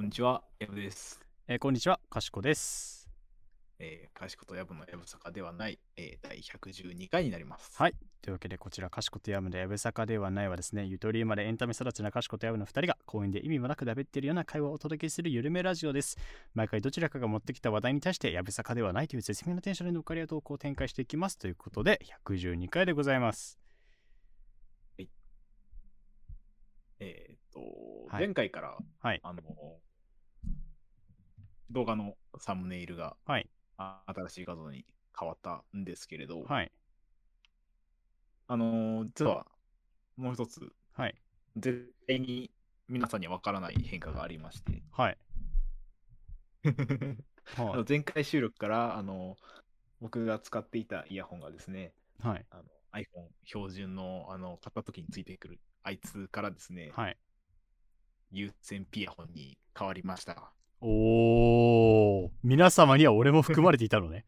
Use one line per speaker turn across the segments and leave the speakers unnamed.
にちは、ヤブです。
えーこんにちは、かしこです。
えー、かしことヤブのヤブ坂ではない、えー、第112回になります。
はいというわけで、こちら、かしことやむでやぶさかではないはですね、ゆとり生まれエンタメ育ちなかしことやむの2人が公園で意味もなくだべっているような会話をお届けするゆるめラジオです。毎回どちらかが持ってきた話題に対して、やぶさかではないという絶妙なテンションでのっかりや投稿を展開していきます。ということで、112回でございます。
えーっと、
はい
前回から、
はい
あのー、動画のサムネイルが、
はい
あ新しい画像に変わったんですけれど、
はい。
あのー、実は、もう一つ、
はい。
絶対に皆さんにはわからない変化がありまして、
はい。
あ
は
の前回収録から、あの僕が使っていたイヤホンがですね、
い。はい。
あの iPhone 標準のあの買った時についてくるあいつからですね、
はい。
有線ピアホンに変わりました。
おー、皆様には俺も含まれていたのね。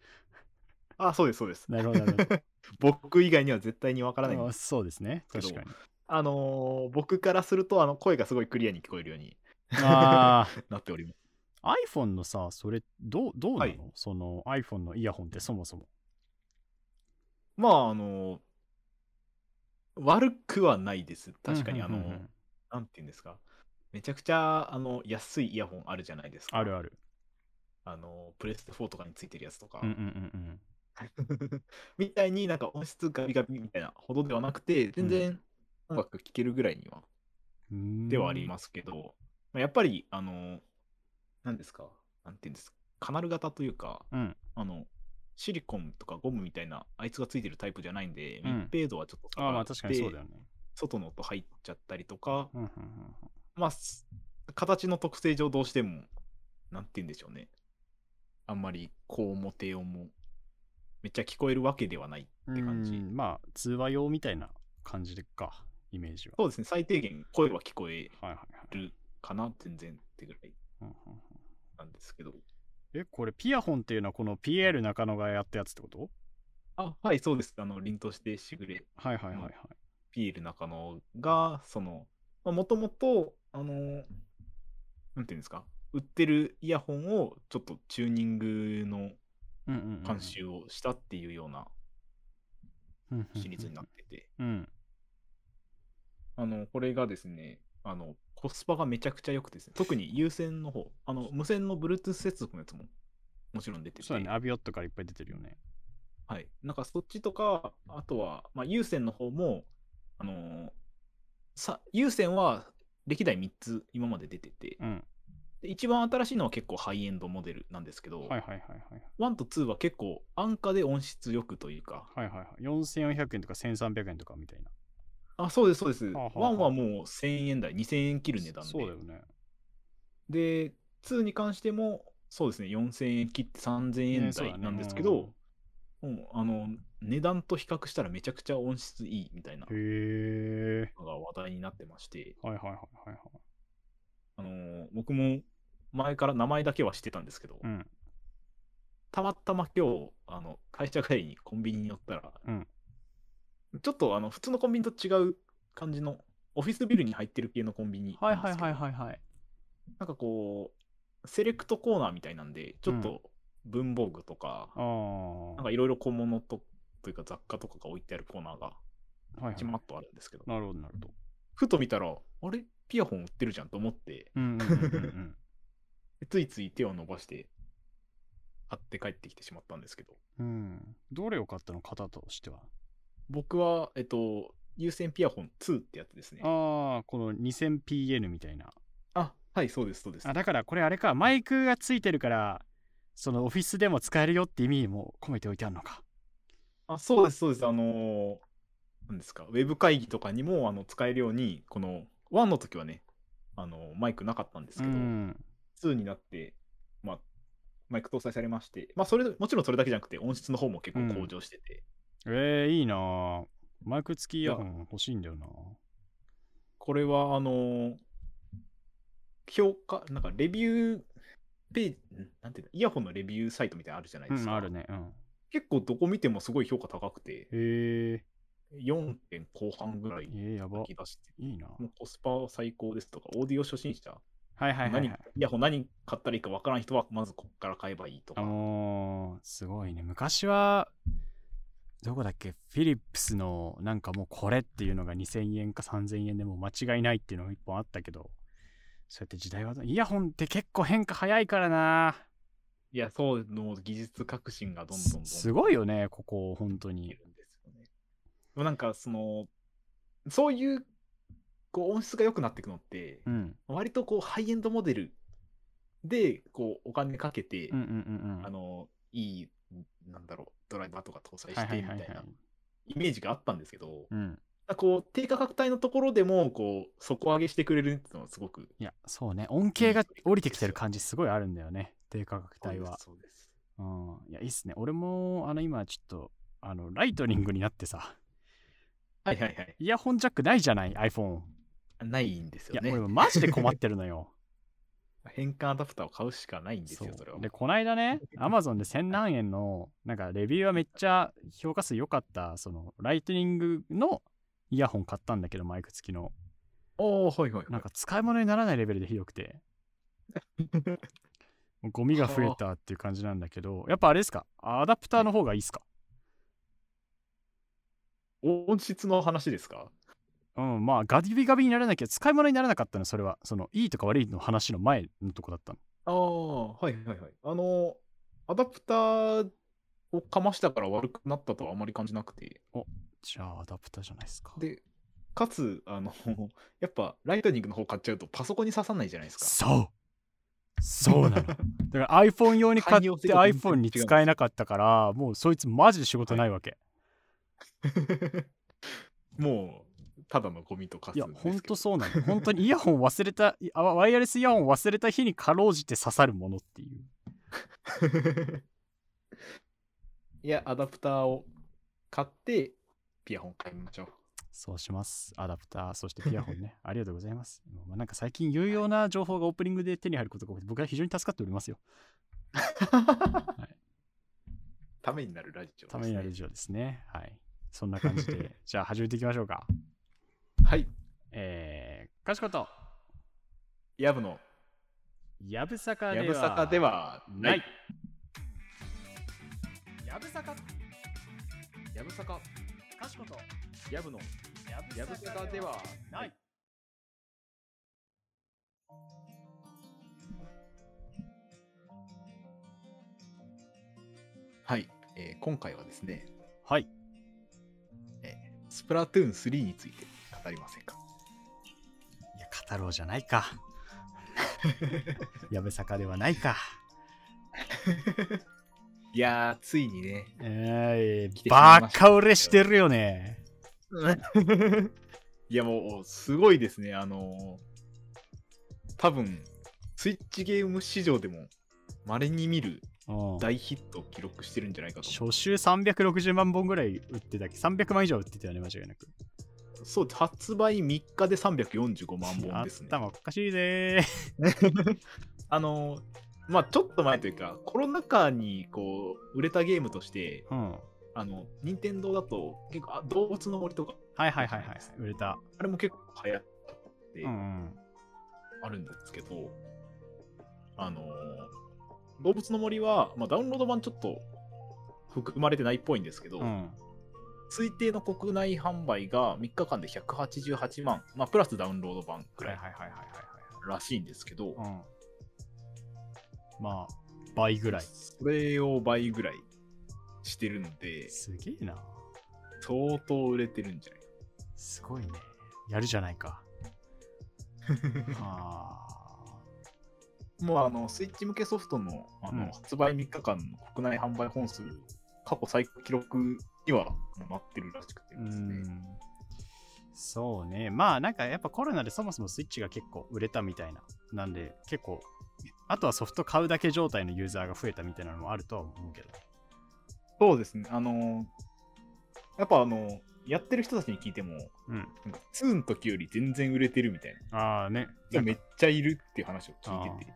あ、そうです、そうです。
なるほど、なるほど。
僕以外には絶対にわからないんです。
あそうですね。
けど
確かに。
あのー僕からすると、あの声がすごいクリアに聞こえるように
あ
なっております。
ー、iPhone のさ、それ、どう、どうなの、
はい
その iPhone のイヤホンってそもそも。
まあ、あのー悪くはないです。確かに、あの
うんうんう
ー
んうん
なんていうんですか。めちゃくちゃ、あの、安いイヤホンあるじゃないですか。
あるある。
あの、プレステ4とかについてるやつとか、
うんうんうん
みたいになんか音質ガビガビみたいなほどではなくて、全然音楽聴けるぐらいには、
うん。
ではあり
す。
ますけど、まあやっぱり、あの、なんですか、なんていうんですか、カナル型というか、
うん。
あの、シリコンとかゴムみたいな、あいつがついてるタイプじゃないんで、
うん
密閉度はちょっと下
ああ、ま
が
あ
って
確かにそうだよね。
外の音入っちゃったりとか、
うんうん
まあ、す形の特性上どうしても、なんて言うんでしょうね。あんまり、こうも低音も、めっちゃ聞こえるわけではない
うん
って
うん
感じ。
うんまあ、通話用みたいな感じでか、イメージは。
そうですね、最低限声は聞こえ
はいはいはい
るかな、全然ってぐらい
うんうんうん。
なんですけど。
え、これ、ピアホンっていうのはこの PL 中野がやったやつってこと
あ、はい、そうです。あの、凛としてしぐれ、
はいはいはいはい。
ピール中野が、その、もともと、あの、なんていうんですか、売ってるイヤホンをちょっとチューニングの
うんうんうんうん
監修をしたっていうようなシリーズにな
っ
ってて、
うん。
あの、これがですね、あの、コスパがめちゃくちゃ良くてですね、特に有線の方、あの、無線の Bluetooth 接続のやつももちろん出てて、
そうだね、アビオットからいっぱい出てるよね。
はい。なんかそっちとか、あとは、まあ、有線の方も、あのーさ、有線は歴代3つ今まで出てて、
うん。
で一番新しいのは結構ハイエンドモデルなんですけど、
はいはいはいはい。
1と2は結構安価で音質よくというか、
はいはいはい。4400円とか1300円とかみたいな。
あ、そうです、そうです。
はあはあ
1はもう1000円台、2000円切る値段で。
そうだよね。
で、2に関しても、そうですね、4000円切って3000
ね
円
そうだ
台
ね
なんですけど、もうあの値段と比較したらめちゃくちゃ音質いいみたいな
へえ。
のが話題になってまして、
はいはいはいはいはい。
あのー僕も前から名前だけは知ってたんですけど、
うん。
たまたま今日あの会社帰りにコンビニに寄ったら、
うん
ちょっとあの普通のコンビニと違う感じのオフィスビルに入ってる系のコンビニ
は
ないんですけど
はいはいはいはい。
なんかこうセレクトコーナーみたいなんでちょっ
う
と文房具とか、
ああ。
なんかいろいろ小物とというか雑貨とかが置いてあるコーナーが
はいはい
ちまっとあるんですけど、
なるほどなるほど。
ふと見たらあれピアホン売ってるじゃんと思って
うんうんうんうん
でついつい手を伸ばして買って帰ってきてしまったんですけど
うん。うん。どれを買ったの方としては。
僕はえっと有線ピアホン2ってやつですね
ああ、この 2000PN みたいな。
あはいそうですそうです
あ、だからこれあれか、マイクがついてるから、そのオフィスでも使えるよって意味も込めておいてあるのか。
あそうですそうですあのーなんですかウェブ会議とかにもあの使えるようにこの1の時はねあのマイクなかったんです
う
けど、
ん。
2になって、まあ、マイク搭載されまして、まあ、それもちろんそれだけじゃなくて音質の方も結構向上してて、
えー、いいなーマイク付きイヤホ
い
ン欲しいんだよな
これはあのー評価なんかレビューページんなんていうのイヤホンのレビューサイトみたいなのあるじゃないで
う
す
ん、
か、
あるね。うん。
結構どこ見てもすごい評価高くて
え
4点後半ぐらい
ー、えー、やば
書。き出して
いいな
もうコスパ最高ですとかオーディオ初心者
はいはいはい、
何
はい。
イヤホン何買ったらいいかわからん人は、まずこっから買えばいいと
あ
か。
もう、すごいね。昔は、どこだっけフィリップスのなんかもうこれっていうのが2000円か3000円でもう間違いないっていうのが1本あったけど、そうやって時代は、イヤホンって結構変化早いからな。
いや、そうの技術革新がどんどんどんどん
すすごいよね、ここ、本当
い
に。
るんですよね。でもなんか、その、そういう、こう、音質が良くなっていくのって、
うん。
割とこう、ハイエンドモデルで、こう、お金かけて、
うんうんうんうん。
あの、いい、なんだろう、ドライバーとか搭載
はい
し
は
て
い
みた
はい
い
はい
な。イメージがあったんですけど、
うん。
こう、低価格帯のところでも、こう、底上げしてくれるっていうのはすごく、
いや、そうね。恩恵が降りてきてる感じすごいあるんだよね。低価格帯は。
そうです。
うん。いや、いいっすね。俺も、あの、今ちょっと、あの、ライトニングになってさ、
はいはいはい。
イヤホンジャックないじゃない、iPhone。
ないんです
い
よ
や、
ね
俺。マジで困ってるのよ。
変換アダプターを買うしかないん です
そう
よ、それは。
で、こないだ ね、Amazon で千何円の、なんかレビューはめっちゃ評価数良かった、その、ライトニングのイヤホン買ったんだけど、マイク付きの。
おー、はいはいはい。
なんか使い物にならないレベルでひどくて。もうゴミが増えたっていう感じなんだけど、やっぱあれですかアダプターの方がいいですか、
音質の話ですか
うん、まあガビガビにならなきゃ使い物にならなかったの、それは。その、いいとか悪いの話の前のとこだったの。
ああ、はいはいはい。あの、アダプターをかましたから悪くなったとはあまり感じなくて。
じゃあ、アダプターじゃないですか。
で、かつ、あの、 やっぱ、ライトニングの方買っちゃうとパソコンに刺さないじゃないですか。
そうそう なの。だから iPhone 用に買っ
汎用性
て
と全然違うん
iPhone に使えなかったから、もうそいつマジで仕事ないわけ。
もう、ただのゴミとか
い、
す
や、
んですけ
ほ
ど
んとそうなの。本当にイヤホン忘れた、いあワイヤレスイヤホン忘れた日にかろうじて刺さるものっていう。
いや、アダプターを買って、ピアホン買いましょう。
そうします。アダプター、そしてピアホン ね。ありがとうございます。まあ、なんか最近有用な情報がオープニングで手に入ることが多くて、僕は非常に助かっておりますよ。
ためになるラジオです、ね。
ためになる以上ですね。はい。そんな感 じで、じゃあ始めていきましょうか。
はい。
えー、かしこと、
ヤブの、
やぶさかで
や
は。
ぶさかではない。。
やぶさか、
やぶさか、
かしこと、
ヤブの、やぶさかではない。。はい、えー今回はですね、
はい。
スプラトゥーン3について語りませんか。
いや、語ろうじゃない か。やぶさかではないか。
いやー、ついに ね、来
えー、
てしまい
バ
ました
カ売れしてるよね。
いやもうすごいですね、あのー多分スイッチゲーム史上でも稀に見る
うん
大ヒットを記録してるんじゃないかと思
初週360万本ぐらい売ってたっけ300万以上売ってたよね間違いなく
う。そう、発売3日で345万
あ
本
っ
ですね。
たまおかしいぜー
あのーまあちょっと前というか、コロナ禍にこう売れたゲームとして、
うんはい
あの、任天堂だと結構あ動物の森とか、
はいはいはい売れた
あれも結構流行って、
うんうん
あるんですけど、あのー動物の森は、まあ、ダウンロード版ちょっと含まれてないっぽいんですけど、
うん
推定の国内販売が3日間で188万、まあ、プラスダウンロード版く
はいは
ら
い
い
はいはいはい
らしいんですけど、
はいうんまあ倍ぐらい
それを倍ぐらいしてるので、
すげえな
相当売れてるんじゃない
すごいねやるじゃないかあ
もうあの、スイッチ向けソフトのあの、
うん
発売3日間の国内販売本数、過去最高記録にはなってるらしくて
ーう
ですね。
んそうねまあなんかやっぱコロナでそもそもスイッチが結構売れたみたいななんで結構あとはソフト買うだけ状態のユーザーが増えたみたいなのもあるとは思うけどね
そうですね、あのーやっぱあのーやってる人たちに聞いても、
うん
なんか2の時より全然売れてるみたいな
ああね。
人
なんか
めっちゃいるっていう話を聞いてて、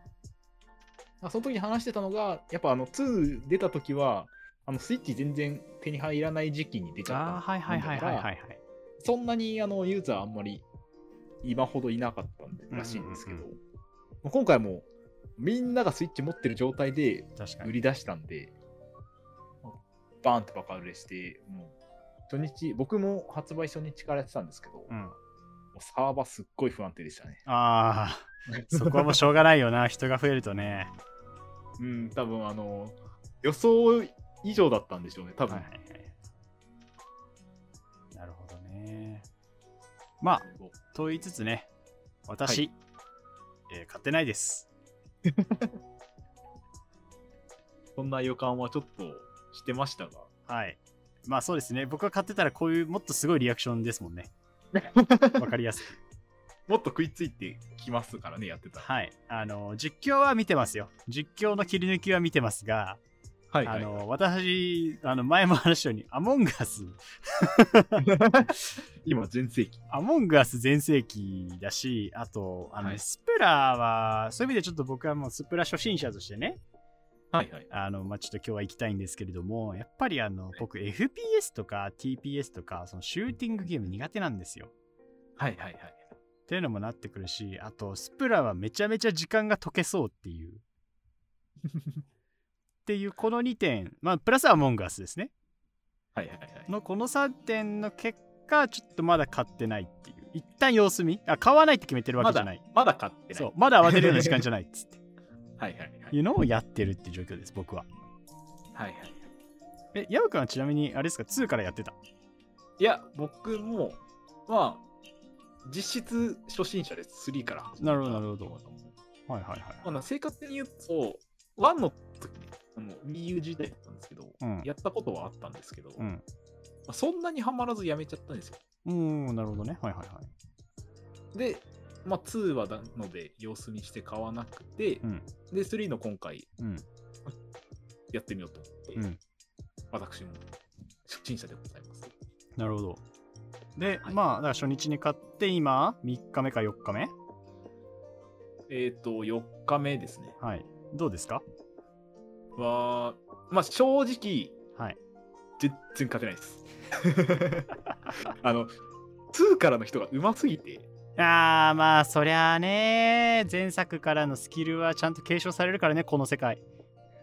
あその時に話してたのが、やっぱあの2出た時は、あのスイッチ全然手に入らない時期に出ちゃ
ああ、
った
はいはいはいはい
もん
はい、
だか
は
ら
い。
そんなにあのユーザーあんまり今ほどいなかったらしいんですけど、
うんうん
まあ今回もみんながスイッチ持ってる状態で
確か
売
に。
り出したんで、まあバーンってバカ売れして、もう初日、僕も発売初日からやってたんですけど、
う
も
ん。
うサーバーすっごい不安定でしたね。
ああ、そこはもうしょうがないよ な。人が増えるとね。
うん、多分あの、予想以上だったんでしょうね、多分。
はいはいはい。なるほどね。まあ、
そう
と言いつつね、私、えー買ってないです。
そんな予感はちょっとしてましたが。
はい。まあそうですね。僕が買ってたらこういうもっとすごいリアクションですもん ね。わかりやすく。
もっと食いついてきますからね、やってたら。
はい。あの、実況は見てますよ。実況の切り抜きは見てますが、
はい
あの、私、あの、前も話したように、アモンガス、
今、全盛期。
アモンガス全盛期だし、あと、あのね、
はい
スプラは、そういう意味でちょっと僕はもうスプラ初心者としてね、
はいはい。
あの、まあ、ちょっと今日は行きたいんですけれども、やっぱりあの、僕、FPS とか TPS とか、そのシューティングゲーム苦手なんですよ。
はいはいはい。
っていうのもなってくるし、あと、スプラはめちゃめちゃ時間が解けそうっていう。っていう、この2点、まあ、プラスはアモンガスですね。
はいはいはい。
のこの3点の結果ちょっとまだ買ってないっていう一旦様子見あ買わないって決めてるわけ
ま
じゃ
だ
ない、
まだ買ってない。
そうまだ慌てるような時間じゃないっつって
はいはいはい。
いうのをやってるっていう状況です僕 は
はいはい。
えヤオ君はちなみにあれですか2からやってた
いや、僕も、まあ、実質初心者です、3から。
なるほどなるほどはいはいはい
あの正確に言うと、1の時あの EU 時代だったんですけど、
うん
やったことはあったんですけど、
う
ま
ん
あそんなにはまらずやめちゃったんですよ。
うーんなるほどねはいはいはい
で、まあ、2はなので様子見して買わなくて、
うん
で、3の今回
うん
やってみようと思って、
うん
私も初心者でございます。
なるほどで、
はい
まあだから初日に買って今3日目か4日目
えっ、と、4日目ですね。
はいどうですか
は、まあ、正直、
はい
全然勝てないです。あの、2からの人が上手すぎて、
あーまあそりゃあね前作からのスキルはちゃんと継承されるからねこの世界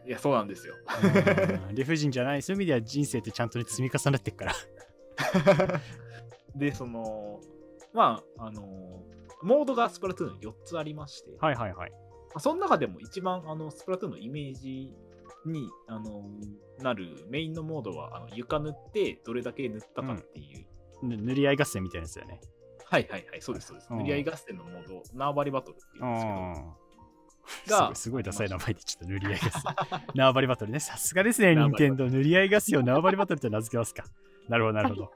いや、そうなんですよ。
うん 理不尽じゃないそういう意味では人生ってちゃんとね積み重なってくから
で、その、まあ、あの、モードがスプラトゥーン4つありまして、
はいはいはい
まあその中でも一番あのスプラトゥーンのイメージにあのなるメインのモードはあの床塗ってどれだけ塗ったかっていう、
ぬ塗り合い合戦みたいなやつだよね
はいはいはいそうですそうです、
うん
塗り合い合戦のモード縄張りバトルっていうんですけど、
す
が
ごいすごいダサい名前でちょっと塗り合い合戦 縄張りバトルねさすがですね任天堂塗り合い合戦を縄張りバトルと名付けますかなるほどなるほ ど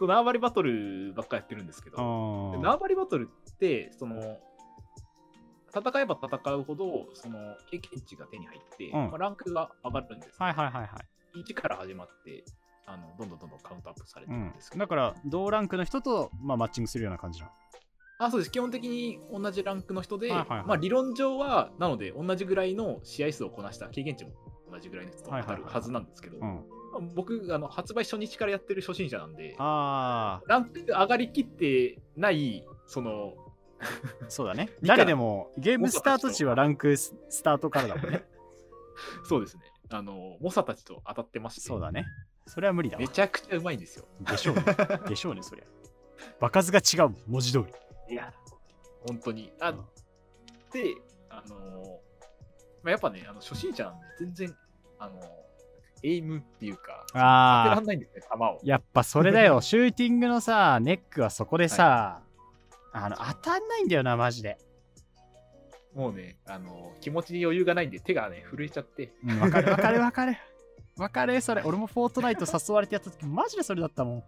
そう縄張りバトルばっかやってるんですけどで
あー
縄張りバトルってその戦えば戦うほどその経験値が手に入って、
ん
まあ、ランクが上がるんです、
はいはいはいはい、
1から始まってあのどんどんどんどんカウントアップされて
う
るん
ん
ですけ、ど、
だから同ランクの人と、まあ、マッチングするような感じなの
あそうです基本的に同じランクの人で、
はいはいはい
まあ、理論上は、なので同じぐらいの試合数をこなした経験値も同じぐらいの人と当たるはずなんですけど、
うん
まあ僕あの、発売初日からやってる初心者なんで、
あ
ランク上がりきってない、その、
あそうだね
から
誰でもゲームスタート時はランクススタートからだ もんね
そうですね、あの、猛者たちと当たってまして、
そうだねそれは無理だわ
めちゃくちゃうまいんですよ。
でしょう ね。でしょうね、そりゃ。場数が違うもん、文字通り。
いや、本当に。あ
うん
で、あの、まあ、やっぱね、あの初心者なんで、全然、あの、エイムっていうか、当てら
ああ
ん、ないんですね、球を。
やっぱそれだよ。シューティングのさ、ネックはそこでさ、あの、当たんないんだよな、マジで。
もうね、あの気持ちに余裕がないんで、手がね、震えちゃ って。
うんわかるわかるわかる。わかる、それ。俺もフォートナイト誘われてやった時、マジでそれだったも ん。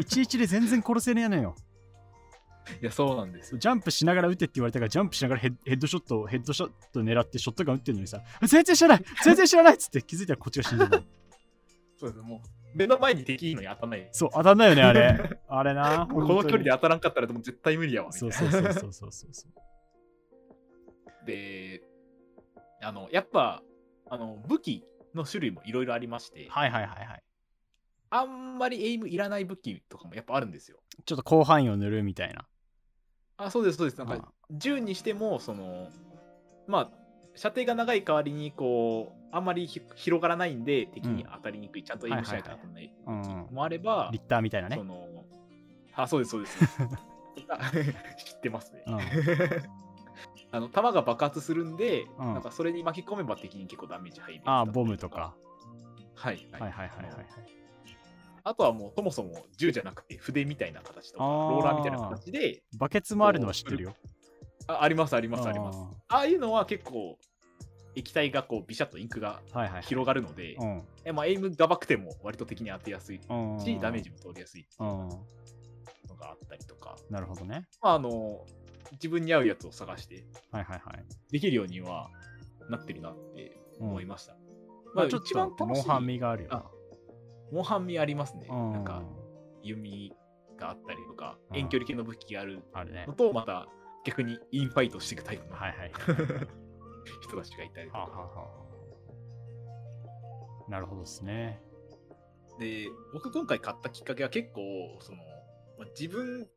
11で全然殺せねえのよ。
いや、そうなんです。
ジャンプしながら撃てって言われたから、ジャンプしながらヘッヘッドショットをヘッドショット狙ってショットガン撃ってるのにさ、全然知らない全然知らないっつって気づいたらこっちが死んでる。
そうですもう、目の前に敵いいのに当たんない。
そう、当たんないよね、あれ。あれな。
この距離で当たらんかったら、でも絶対無理やわ。みた
そ
いうな
そうそうそうそうそうそう。
で、あの、やっぱ、あの、武器の種類もいろいろありまして、
はいはいはいはい。
あんまりエイムいらない武器とかもやっぱあるんですよ。
ちょっと広範囲を塗るみたいな。
あ、そうです、そうです。なん
あ
か、銃にしても、その、まあ、射程が長い代わりに、こう、あんまりひ広がらないんで、敵に当たりにくい、ちゃんとエイムしないと当たらない
うんうん、
もあれば
リッ、ターみたいなね
そ。の、あ、そうです、そう です。あ知ってますね。
うん
あの弾が爆発するんで、
うん
なんかそれに巻き込めば敵に結構ダメージ入る。
ああ、ボムとか。。
はい。は
はいいはいはいはい
あ
は
の
い。
あとはもう、そもそも銃じゃなくて、筆みたいな形とか、
あー
ローラーみたいな形で、
バケツもあるのは知ってるよ。
ああります、あります、あります。
ー
ああいうのは結構、液体がこうビシャッとインクが
はいはい。
広がるので、
うん
えまあ、エイムがばくても割と敵に当てやすいし、
うん。
ダメージも通りやすい
うん。
のがあったりとか、
なるほどね。
まあ、あの自分に合うやつを探して
はいはいはい。
できるようにはなってるなって思い
ま
ました。
まあちょっとモンハン味があるよ
あ。モンハン味ありますね。
うん
なんか弓があったりとか、
うん
遠距離系の武器がある
あるね
の。と、また逆にインファイトしていくタイプの
はいはい。
人たちがいたりと
はあはあ
か。
はあなるほどですね。
で、僕今回買ったきっかけは結構、その、まあ自分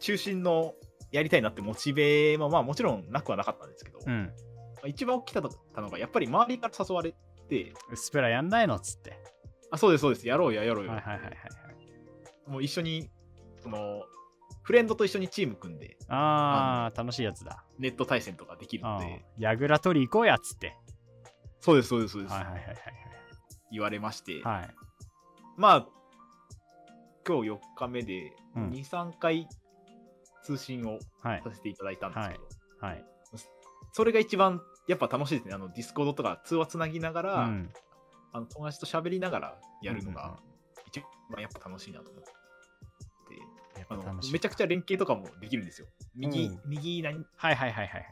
中心のやりたいなってモチベも、まあもちろんなくはなかったんですけど、
う
ま
ん。
あ一番起きたのが、やっぱり周りから誘われて、
スペラやんないのっつって。
あ、そうです、そうです、やろうや、やろう
はい
よ。
はいはいはいはい。
もう一緒に、その、フレンドと一緒にチーム組んで、
ああ、楽しいやつだ。
ネット対戦とかできるの
あ
で、
やぐら取り行こうやっつって。
そうです、そうです、そうです、
はいはいはい
言われまして、
はい。はい。
まあ、今日4日目で、
うん
2、3回通信を
はい
さ。せていただいたんですけど、
はい。
それが一番やっぱ楽しいですね。あの、ディスコードとか通話つなぎながら、
うん。
あの友達と喋りながらやるの
うんうん
が、一番やっぱ楽しいなと思って。
やっ
あ
ぱ
の
楽しい。
めちゃくちゃ連携とかもできるんですよ。右、
うん
右何、
はいはいはいはいはい。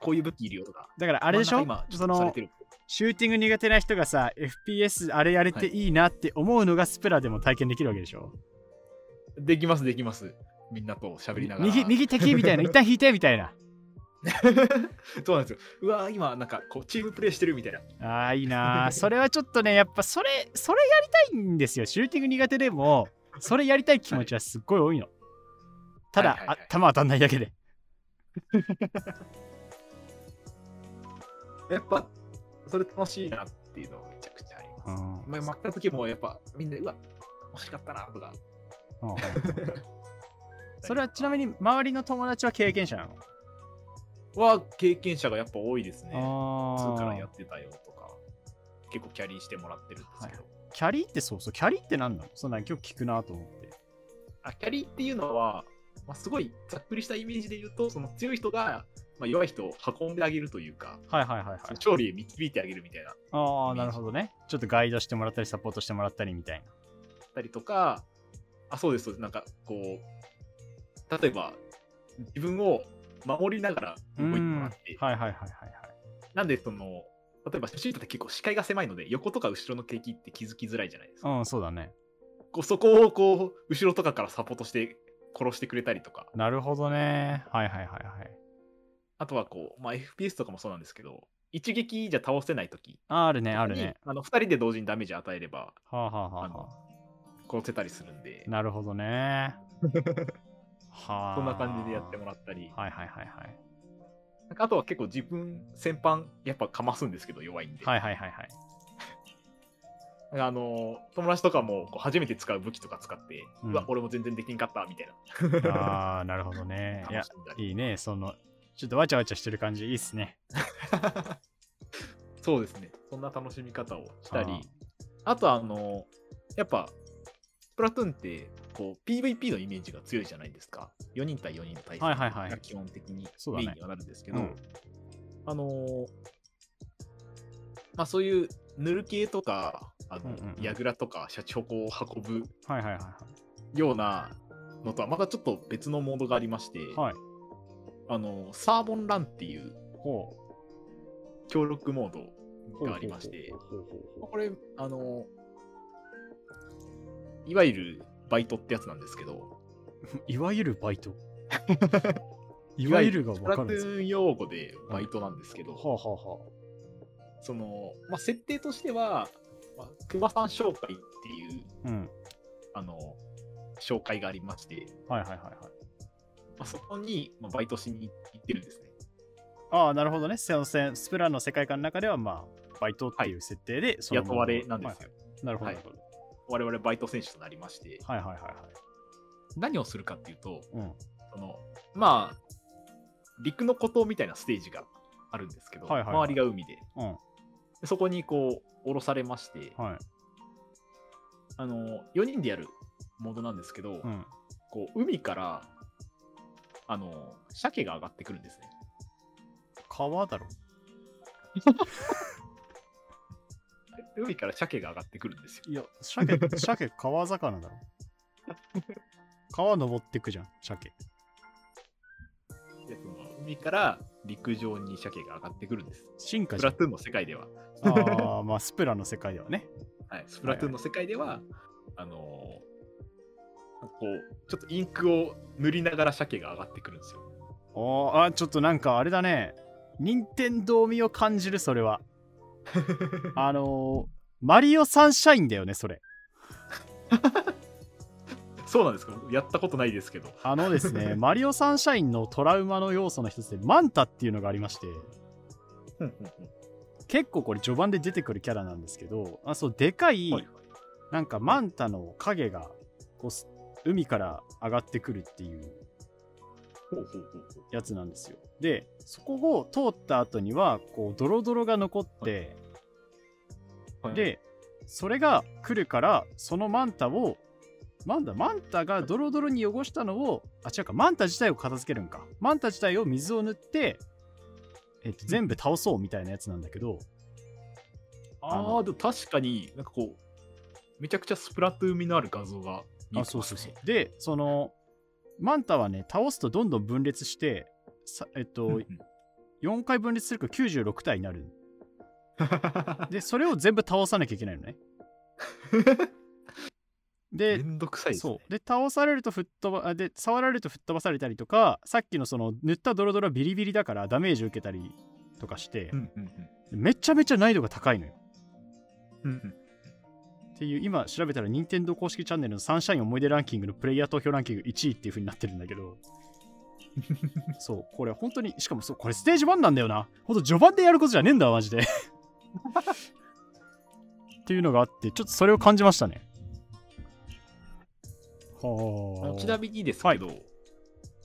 こういう武器いるよとか。
だからあれでしょ
真ん中今ちょ
そ
っとされ
の
てる
シューティング苦手な人がさ FPS あれやれていいなって思うのがスプラでも体験できるわけでしょ、
できます、できます。みんなと喋りながら。
右右敵みたいな一旦引いてみたいな
そうなんですよ。うわー、今、なんか、こう、チームプレイしてるみたいな。
あーいい なーそれはちょっとねやっぱそれそれやりたいんですよシューティング苦手でもそれやりたい気持ちはすっごい多いの、ただ、
はいはいはい
あ弾当たんないだけで
やっぱ、それ楽しいなっていうのはめちゃくちゃあります。
ん
まあ、負けた時も、やっぱ、みんな、うわ、惜しかったな、とか。
それはちなみに周りの友達は経験者なの
は、経験者がやっぱ多いですね。
あ
2からや
ー
ってたよとか、結構キャリーしてもらってるんですけど。
キャリーってそうそうキャリーって何なのそんなん今日聞くなと思って
あキャリーっていうのは、まあ、すごいざっくりしたイメージで言うと、その強い人が、まあ、弱い人を運んであげるというか、
はいはいはいはい
その勝利へ導いてあげるみたいな。
ああ、
イメージ
なるほどね。ちょっとガイドしてもらったり、サポートしてもらったりみたい
ったりとか、あ、そうです、そうです。なんか、こう、例えば、自分を守りながら
な。
動いても
ん
ら
は
っ
い
て、
はいはいはいはい。
なんで、その、例えば、初心者って結構視界が狭いので、横とか後ろの敵って気づきづらいじゃないですか。
うん、そうだね。
こうそこを、こう、後ろとかからサポートして、殺してくれたりとか、
なるほどね。はいはいはいはい。
あとは、こう、まあ、FPS とかもそうなんですけど、一撃じゃ倒せないとき、
ああるね、あるね。
あの、二人で同時にダメージ与えれば、
はあ、はあは
あ
あ
の
は
殺せたりするんで
あ、、なるほどね。はあ。
そんな感じでやってもらったり、
はいはいはいはい。
なんかあとは結構自分、先般、やっぱかますんですけど、弱いんで。
はいはいはいはい。
あの友達とかもこう初めて使う武器とか使って、
う
うんわ、俺も全然できんかったみたい
ああ、なるほどね。
な。
いや
楽し、んだり
いいね。その、ちょっとわちゃわちゃしてる感じ、いいっすね。
そうですね。そんな楽しみ方をした
あー
り、あとあのやっぱ、スプラトゥーンってこう PVP のイメージが強いじゃないですか。4人対4人の対戦
はいはいはい
が基本的に
そうだ
メ
ね
インにはなるんですけど、
うん
あのまあ、そういうぬる系とか、あ
うん
の
うんうん
やぐらとか、シャチホコを運ぶ
はいはいはいは
ようなのとはまたちょっと別のモードがありまして、
い。はい。
あのサーボンランっていう
ほ
協力モー
う。
ドがありまして
ほうほうほうほう。
これあのいわゆるバイトってやつなんですけど
いわゆるバ イト。い
い
わゆるが
スプ
分か
ラトゥ
るんですか
ーン用語でバイトなんですけど、
はあはあはあ。
その、まあ、設定としては、まあ、熊さん紹介っていう
うん。
あの紹介がありまして
はいはいはいはい。
まあ、そこに、まあ、バイトしに行ってるんですね。
ああ、なるほどね。そのせんスプラの世界観の中では、まあ、バイトっていう設定で、その
雇われなんですよ。
なるほ
は
ど。
い
なるほど
我々バイト選手となりまして、
はいはいはいはい。
何をするかっていうと、
うん。
そのまあ、陸の孤島みたいなステージがあるんですけど、
はいはいはい
周りが海で
うん。
でそこにこう、降ろされまして、
はい。
あの、4人でやるモードなんですけど、
うん。
こう海から、あの、鮭が上がってくるんですね。
川だろ。
海から鮭が上がってくるんですよ。
いや、鮭、鮭、川魚 だろ。川登ってくじゃん、鮭。
でその海から陸上に鮭が上がってくるんです。
進
ス
化
プ
じゃ
ラ
ん。
トゥーンの世界では。
ああ、まあ、スプラの世界ではね。
はい、スプラトゥーンの世界では、あのーこう、ちょっとインクを塗りながら鮭が上がってくるんですよ。
おーあ、ちょっとなんかあれだね。任天堂味を感じる、それは。あのー、マリオサンシャインだよね、それ。
そうなんですかやったことないですけど。
あのです ね、マリオサンシャインのトラウマの要素の一つで、マンタっていうのがありまして、結構これ序盤で出てくるキャラなんですけど、あそうでかい、
はい
なんかマンタの影がこうす海から上がってくるっていう
ほうほうほうほう
やつなんですよ。で、そこを通った後には、こう、ドロドロが残って、
はい、
で、それが来るから、そのマンタを、マンタ、マンタがドロドロに汚したのを、あ、違うか、マンタ自体を片付けるんか。マンタ自体を水を塗って、えっと、全部倒そうみたいなやつなんだけど、あ
あ
の
あ、でも確かになんかこう、めちゃくちゃスプラトゥーン味のある画像が見えてますね。
で、その、マンタはね、倒すとどんどん分裂して、さえっと、
うんうん
4回分裂するから96体になる。で、それを全部倒さなきゃいけない のね。
め
で、
んどくさいですね。
そう。で、倒されると吹っ飛ば、あで、触られると吹っ飛ばされたりとか、さっきのその塗ったドロドロはビリビリだからダメージ受けたりとかして
う、んうんうん
めちゃめちゃ難易度が高いのよ。
うんうん
っていう、今調べたら、任天堂公式チャンネルのサンシャイン思い出ランキングのプレイヤー投票ランキング1位っていう風になってるんだけど、 そう、これ本当に、しかもそう、これステージ1なんだよな。ほんと序盤でやることじゃねえんだわ、マジで。 っていうのがあって、ちょっとそれを感じましたね。
あ
は
の
あ。
ちなみにですけど、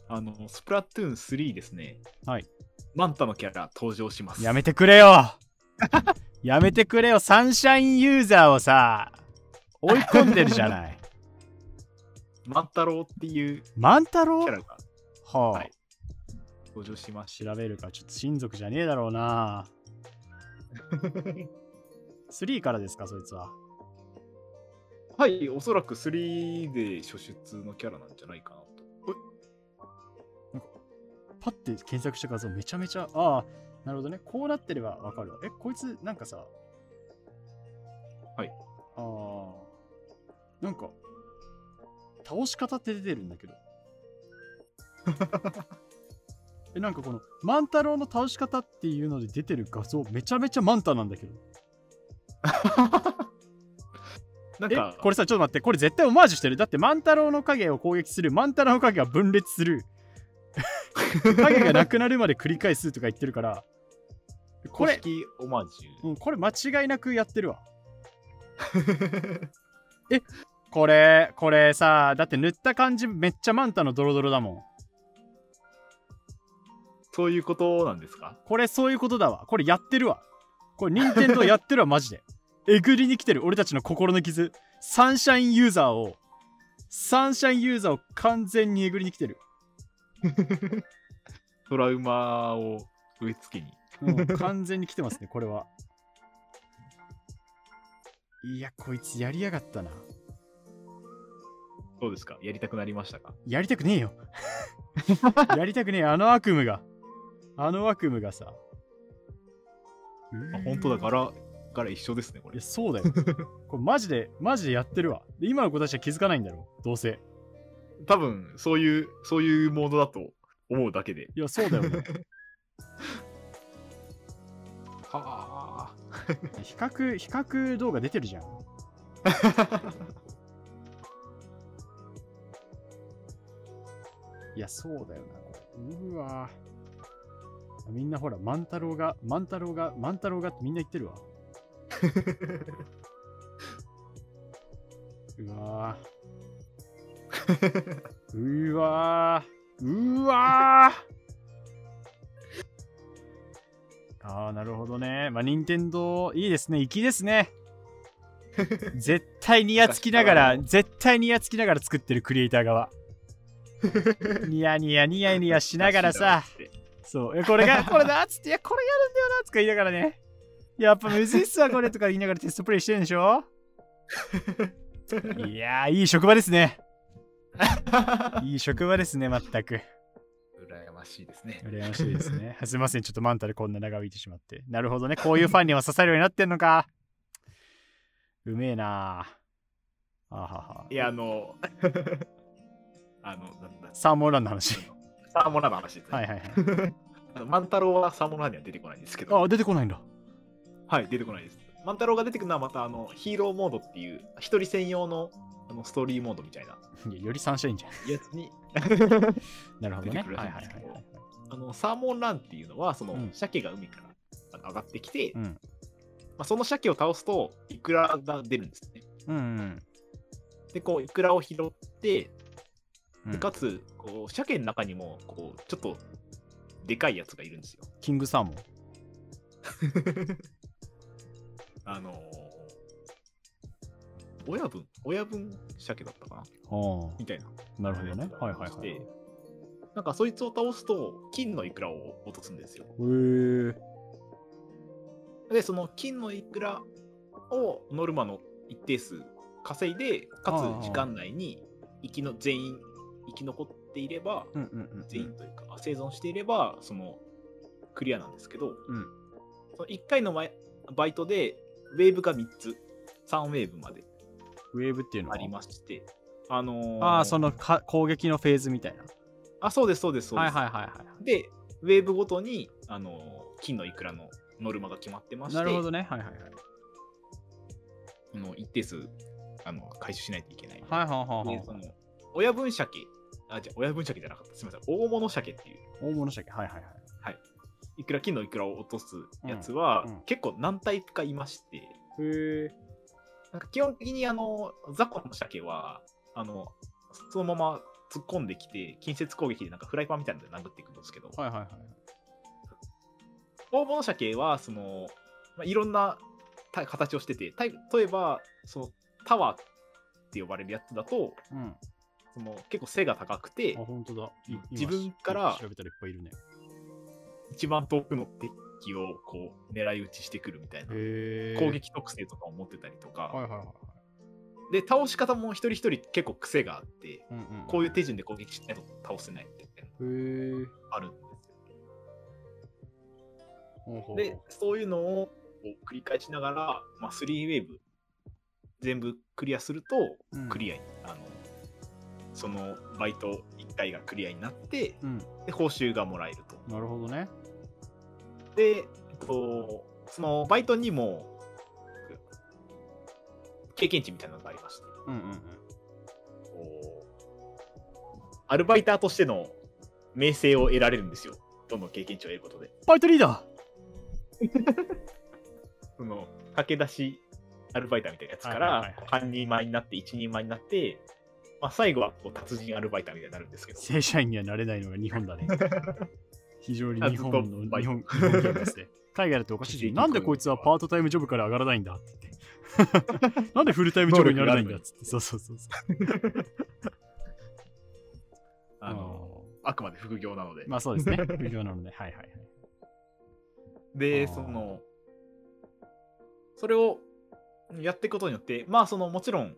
あの、スプラトゥーン3ですね。
はい。
マンタのキャラ登場します。
やめてくれよ やめてくれよサンシャインユーザーをさ追い込んでるじ ゃない
マンタロウっていう
万太郎
キャ
は
ラが
あ、
はい登場しまし
調べるかちょっと親族じゃねえだろうな
た。
3からですかそいつは
はい、おそらく3で初出のキャラなんじゃないかなと。
パッて検索した画像めちゃめちゃああなるほどねこうなってればわかるわえこいつなんかさ
はい
ああなんか倒し方って出てるんだ けどえなんかこの万太郎の倒し方っていうので出てる画像めちゃめちゃ万太なんだけど
なん
え
か、
これさちょっと待ってこれ絶対オマージュしてるだって万太郎の影を攻撃する万太郎の影が分裂する影がなくなるまで繰り返すとか言ってるからこれ
公式オマージ
うん、これ間違いなくやってるわ。
ュ。
これ、これさ、だって塗った感じめっちゃマンタのドロドロだもん。
そういうことなんですか
これそういうことだわ。これやってるわ。これ任天堂やってるわ、マジで。 えぐりに来てる俺たちの心の傷。サンシャインユーザーを、サンシャインユーザーを完全にえぐりに来てる。
トラウマを植え付けに。
うん、完全に来てますね、これは。いや、こいつやりやがったな。
どうですかやりたくなりましたか
やりたくねえよ。やりたくねえ、あの悪夢が。あの悪夢がさ。
あ本当だ、柄、柄一緒ですね、こ
いや、
れ。
そうだよ。これマジで、マジでやってるわ。で今の子たちは気づかないんだろう。どうせ。
多分、そういう、そういうモードだと思うだけで。
いや、そうだよ、ね。
は
比較、比較動画出てるじゃん。
あ。
いや、そうだよな。うわぁみんなほら、万太郎が、万太郎が、万太郎がってみんな言ってるわ。うわぁうわぁうわぁああ、なるほどね。まあ、任天堂いいですね。粋ですね。絶対にやつきながら、絶対にやつきながら作ってるクリエイター側。ニヤニヤニヤニヤしながらさ、そう、えこれが、これだっつって、いや、これやるんだよなっつって言いながらね、やっぱむずいっすわ、これとか言いながらテストプレイしてるんでしょいやー、いい職場ですね。いい職場ですね、全く。
羨ましいですね。
羨ましいですね。すいません、ちょっとマンタでこんな長引いてしまって。なるほどね、こういうファンには刺さるようになってんのか。うめえなあははい
や、あの、 あの、なんだ、
サーモンランの話。
サーモナの話ですね。
はいはいはい。
あの万太郎はサーモナには出てこないんですけど、
あ、出てこないんだ。
はい、出てこないです。万太郎が出てくるのはまたあのヒーローモードっていう、一人専用のあのストーリーモードみたいない
やよりサンシャインじゃん。
やつ に、
なるほど
出
ね。
てくるら
は
し
い
いんで
はい
すけど
はいはい。
あのサーモンランっていうのは、その、
うん
鮭が海からあの上がってきて、
う
ま
ん。
あ、その鮭を倒すと、イクラが出るんですね。
うんうん
で、こう、イクラを拾って、
うん。う
で
ん
かつ、こう、鮭の中にも、こう、ちょっと、でかいやつがいるんですよ。
キングサーモン。
あのー親分親分鮭だったかな
お
みたいな。
ーなるほどね。はいはいはい。
で
へ
なんかそいつを倒すと、金のイクラを落とすんですよ。
ー
で、その金のイクラをノルマの一定数稼いで、か
ああ
つ時間内に生きの全員生き残っていれば、
うんうんうん
全員というか、生存していれば、そのクリアなんですけど、
うん
その1回の前バイトで、ウェーブが3つ、3ウェーブまで
ウェーブっていうのは
ありまして、あのー
ああ、そのか攻撃のフェーズみたいな。
あ、そうです、そうです、そう
は
で
い
す。
はいはいは
で、ウェーブごとに、あのー金のイクラのノルマが決まってまし
い。
て、
なるほどね。はいはいはい。
あの一定数あの回収しないといけない。
はいはいはい
でそ
は
の
い。
親分鮭、あ、じゃあ親分鮭じゃなかった。すみません。大物鮭っていう、
大物鮭。はいはいはい。
いくら金のいくらを落とすやつは、
うんうん
結構何タイプかいまして、
へえ。
なんか基本的にあの雑魚の鮭は、あのそのまま突っ込んできて、近接攻撃でなんかフライパンみたいなので殴っていくんですけど、
はいはいはい。
大物鮭はその、まあ、いろんなた形をしててたい例えばそのタワーって呼ばれるやつだと
うん。あ、
その結構背が高くて
本当だ。い今
自分から
調べたらいっぱいいるね。
一番遠くの敵をこう狙い撃ちしてくるみたいな
へ
攻。撃特性とかを持ってたりと
はい
か
はいはいはい。
で倒し方も一人一人結構癖があって
うんうん。
こういう手順で攻撃しないと倒せないっていうの
う。へえ。
があるんですよ
ほうほうほう
で、そういうのをこう繰り返しながら、まあ、3ウェーブ全部クリアすると
うん、
クリアに、あのそのバイト1回がクリアになって
うん。
で報酬がもらえると
なるほどね。
で、えっと、そのバイトにも経験値みたいなのがありまして
うんうんうん。
こうアルバイターとしての名声を得られるんですよどんどん経験値を得ることで
バイトリーダ
その駆け出しアルバイターみたいなやつか
はいはいはい
ら
はい
半人前になって一人前になって、まあ、最後はこう達人アルバイターみたいになるんですけ
ー
ど
正社員にはなれないのが日本 だね。非常に日本
あずっと
の
バイ
日
ト
本日本ゲームです ね。海外だとおかしいじゃん。なんでこいつはパートタイムジョブから上がらないんだって言って。なんでフルタイムジョブにならないんだっつ って。そうそうそうそう。
あのあくまで副業なので、
まあそう ですね。不良なので。はいはいはい。
で
あー
そのそれをやっていくことによってまあそのもちろん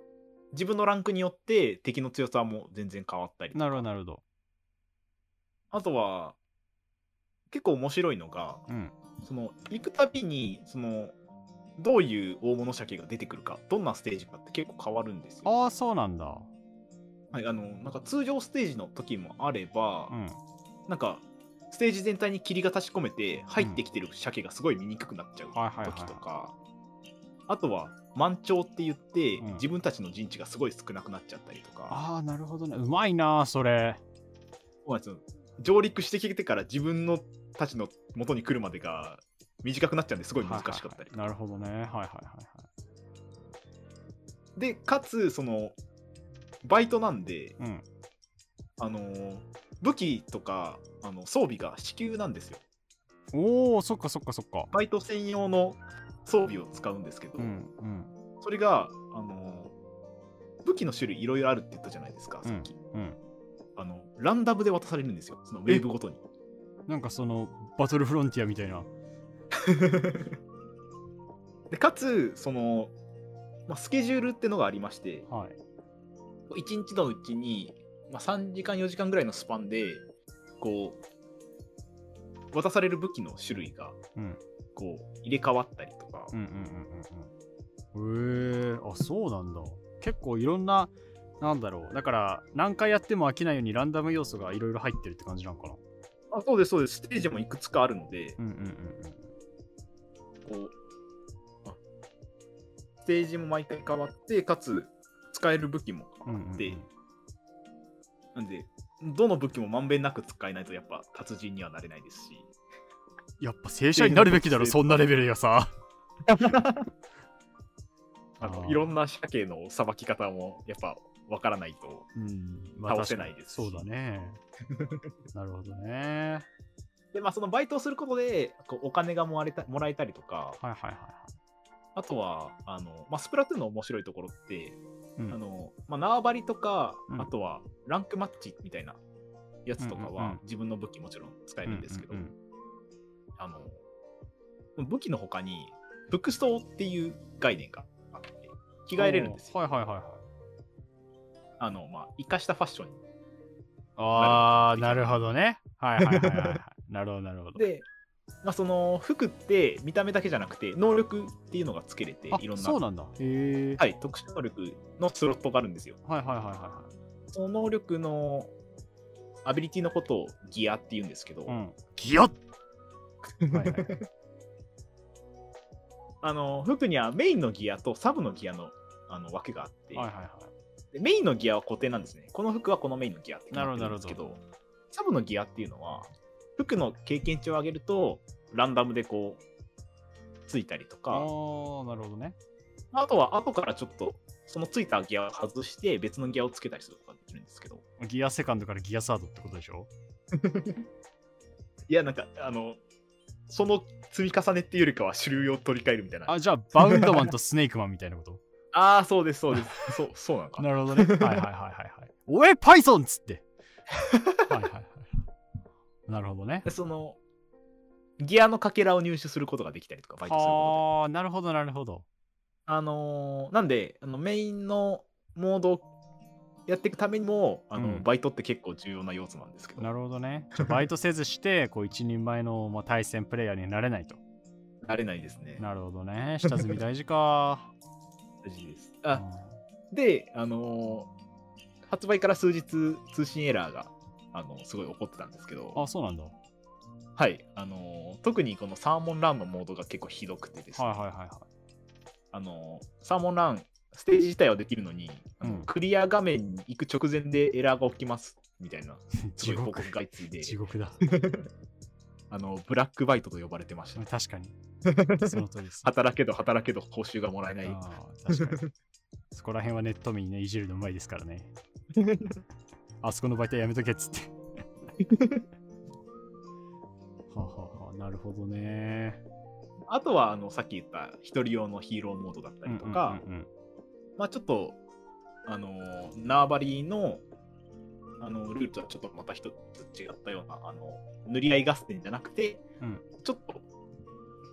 自分のランクによって敵の強さも全然変わったり
なるほどなるほど。
あとは結構面白いのが
うん。
その行くたびにそのどういう大物鮭が出てくるかどんなステージかって結構変わるんですよ。
ああ、そうなんだ。
はい、あのなんか通常ステージの時もあれば、
うん。
なんかステージ全体に霧が立ち込めて入ってきてる鮭がすごい見にくくなっちゃう
はいはいはい
時とか、あとは満潮って言って、
うん
自分たちの陣地がすごい少なくなっちゃったりとか
ああ、なるほどね。うまいなー、それ。
そうなんですよ上陸してきてから自分のたちの元に来るまでが短くなっちゃうんですごい難しかったりとか
なるほどね。はいはいはいは
でかつそのバイトなんで、
い。うん。
あのー武器とかあの装備が支給なんですよ
おお、そっかそっかそっか。
バイト専用の装備を使うんですけど、
うんうん
それが、あのー武器の種類いろいろあるって言ったじゃないですか、さっき
うん。
あのランダムで渡されるんですよそのウェーブごとに
なんかそのバトルフロンティアみたいな。
でかつその、まあ、スケジュールってのがありまして
はい。
1日のうちに、まあ、3時間4時間ぐらいのスパンでこう渡される武器の種類が
うん
こう入れ替わったりとか、
うんうんうんうんうん。へえあそうなんだ。結構いろんな、なんだろう。だから何回やっても飽きないようにランダム要素がいろいろ入ってるって感じなんかな。
あそうですそうですステージもいくつかあるので
うんうんうん
こうあステージも毎回変わってかつ使える武器も
う
変
ん
わ
うんうん。
って、なんでどの武器もまんべんなく使えないとやっぱ達人にはなれないですし
やっぱ正社員になるべきだろ、そんなレベルが さ。
あの
あー
いろんな鮭のさばき方もやっぱわからないと
うん、
倒せないですし
そうだ ね。なるほどね。
でまあそのバイトをすることでこうお金がもらえたもらえたりとか
はいはいはいはい。
あとはあの、まあ、スプラトゥーンの面白いところって、
うん
あのまあ、縄張りとか、
うん
あとはランクマッチみたいなやつとか
うんうんう
は
ん
自分の武器もちろん使えるんですけど、
うんうん
あの武器の他に服装っていう概念があって着替えれるんですよ。
はいはいはいはい。
あのまあ、生かしたファッションに
あー、なるほどね。はいはいはいはいはい。なるほどなるほど。
で、まあ、その服って見た目だけじゃなくて能力っていうのがつけれて
あ
いろんな
そうなんだ。へえ。
はい、特殊能力のスロットがあるんですよ。
はいはいはいはいは
その能力のアビリティのことをギアって言うんですけど、
い。うん。ギヨッはいはい
あの服にはメインのギアとサブのギアのあの分けがあって、
はいはいはい。
でメインのギアは固定なんですね。この服はこのメインのギアって決まって
な
るん
る
で
ほど
すけど、サブのギアっていうのは、服の経験値を上げると、ランダムでこう、ついたりと
あ
か、
ー、なるほどね。
あとは後からちょっと、そのついたギアを外して、別のギアをつけたりすることができるんですけど、
ギアセカンドからギアサードってことでしょ
いや、なんか、あの、その積み重ねっていうよりかは主流を取り替えるみたいな。
あ、じゃあ、バウンドマンとスネークマンみたいなこと
ああ、そうです、そうです。 そう、そうなのかな。
なるほどね。はいはいはいはいはい。 おえ、パイソンっつ って。はいはいはい。なるほどね
で。その、ギアのかけらを入手することができたりとか、バイトすることで。
ああ、なるほどなるほど。
あのーなんであのメインのモードをやっていくためにもあの、
うん
バイトって結構重要な要素なんですけど
なるほどね。 じゃあバイトせずして、こう、一人前の、まあ、対戦プレイヤーになれないと。
慣れないですね
なるほどね。下積み大 事か。
大事です
う
あ
ん
で、あのー発売から数日通信エラーがあのすごい起こってたんですけど
あ、そうなんだ。はい
はいあのー特にこのサーモンランのモードが結構ひどくてですね、
はいはいはい。
あのーサーモンランステージ自体はできるのに、あの
うん
クリア画面に行く直前でエラーが起きますみたいなすご
地
い報
獄
告。が相次いで
地獄だ。
あのブラックバイトと呼ばれてました
まあ確 かに。その通りです。
働けど働けど報酬がもらえない。
あー確かに。そこら辺はネット民ね、いじるのうまいですか らね。あそこのバイトやめとけっつって。はあはあはあなるほどね。
あとはあのさっき言った一人用のヒーローモードだったりとか、
うんうんうん
まあちょっとあのー縄張りのあのルールとはちょっとまた一つ違ったようなあの塗り合い合戦じゃなくて、
うん
ちょっと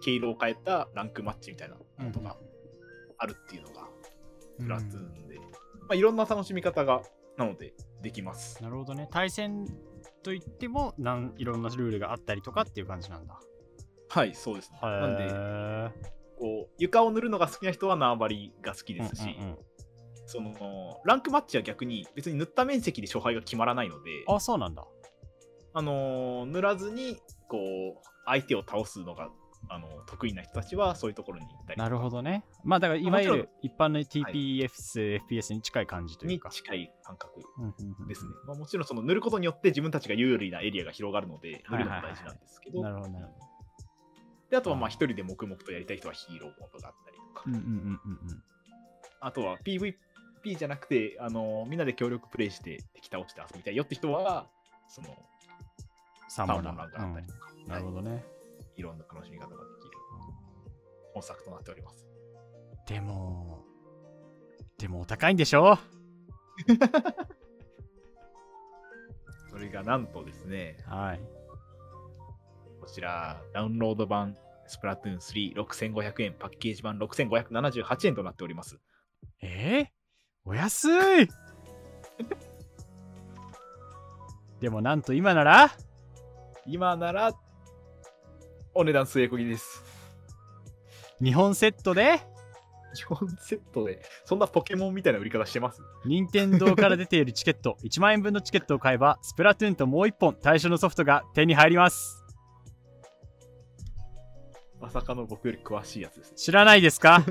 毛色を変えたランクマッチみたいな
うんうん
のがあるっていうのが
うん
プラトゥーンで、まあ、いろんな楽しみ方がなのでできます。
なるほどね。対戦といってもなん、いろんなルールがあったりとかっていう感じなんだ。
はい、そうです。なんで
へ
こう床を塗るのが好きな人は縄張りが好き
ー
ですし、
うんうんうん
そのランクマッチは逆に別に塗った面積で勝敗が決まらないので、あ、
あ、そうなんだ。
のー塗らずにこう相手を倒すのがあの得意な人たちはそういうところに行ったりとか
なるほどね。まあだからいわゆる一般の TPS、FPS に近い感じとい
に
うか。
近い感覚
うんうんうん
ですね。まあ、もちろんその塗ることによって自分たちが有利なエリアが広がるので、塗
は
る
いはい
の
はい
も大事なんですけど。
なるほどなるほ
で、あとはまあ一人で黙々とやりたい人はヒーローモードがあったりとか、
うんうんうんうんうん。
あとは PVP じゃなくて、あのみんなで協力プレイして敵倒して遊びたいよって人は、その
サ
サ
ー
ー
モ
モ
ン
ン
ラ
ラ
ン
ン
が
が
あ
あ
っ
った
り
たりとか、
なるほどね。
いろんな楽しみ方ができる本作となっております。
でも、でもお高いんでしょ
それがなんとですね、
はい。
こちら、ダウンロード版スプラトゥーン3、6500円、パッケージ版6578円となっております。
えー、お安 いでもなんと今なら
今なら、お値段据え込みです。
2本セットで
4セットで、そんなポケモンみたいな売り方してます
任天堂から出ているチケット1万円分のチケットを買えばスプラトゥーンともう1本対象のソフトが手に入ります
まさかの僕より詳しいやつです。
知らないで すか